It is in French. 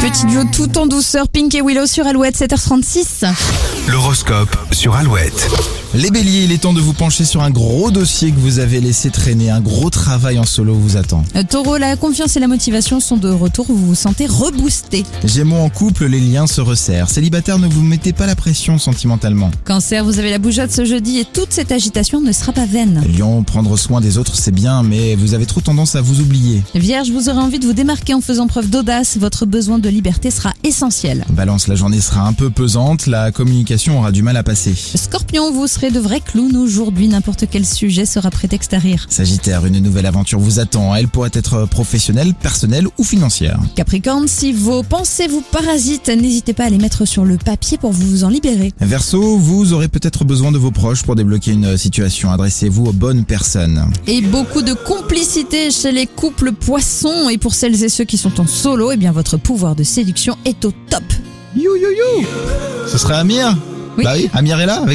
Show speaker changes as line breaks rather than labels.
Petit duo tout en douceur, Pink et Willow sur Alouette, 7h36.
L'horoscope sur Alouette.
Les béliers, il est temps de vous pencher sur un gros dossier que vous avez laissé traîner. Un gros travail en solo vous attend.
Euh, Taureau, la confiance et la motivation sont de retour, vous vous sentez reboosté.
Gémeaux en couple, les liens se resserrent. Célibataire, ne vous mettez pas la pression sentimentalement.
Cancer, vous avez la bougeotte ce jeudi et toute cette agitation ne sera pas vaine.
Lion, prendre soin des autres, c'est bien, mais vous avez trop tendance à vous oublier.
Vierge, vous aurez envie de vous démarquer en faisant preuve d'audace, votre besoin de liberté sera essentiel.
Balance, la journée sera un peu pesante, la communication aura du mal à passer.
Scorpion, vous serez de vrais clowns aujourd'hui, n'importe quel sujet sera prétexte à rire.
Sagittaire, une nouvelle aventure vous attend. Elle pourrait être professionnelle, personnelle ou financière.
Capricorne, si vos pensées vous parasitent, n'hésitez pas à les mettre sur le papier pour vous en libérer.
Verseau, vous aurez peut-être besoin de vos proches pour débloquer une situation. Adressez-vous aux bonnes personnes.
Et beaucoup de complicité chez les couples poissons et pour celles et ceux qui sont en solo, eh bien votre pouvoir de séduction est au top.
You, you, you Ce serait Amir
Oui.
Bah oui, Amir est là avec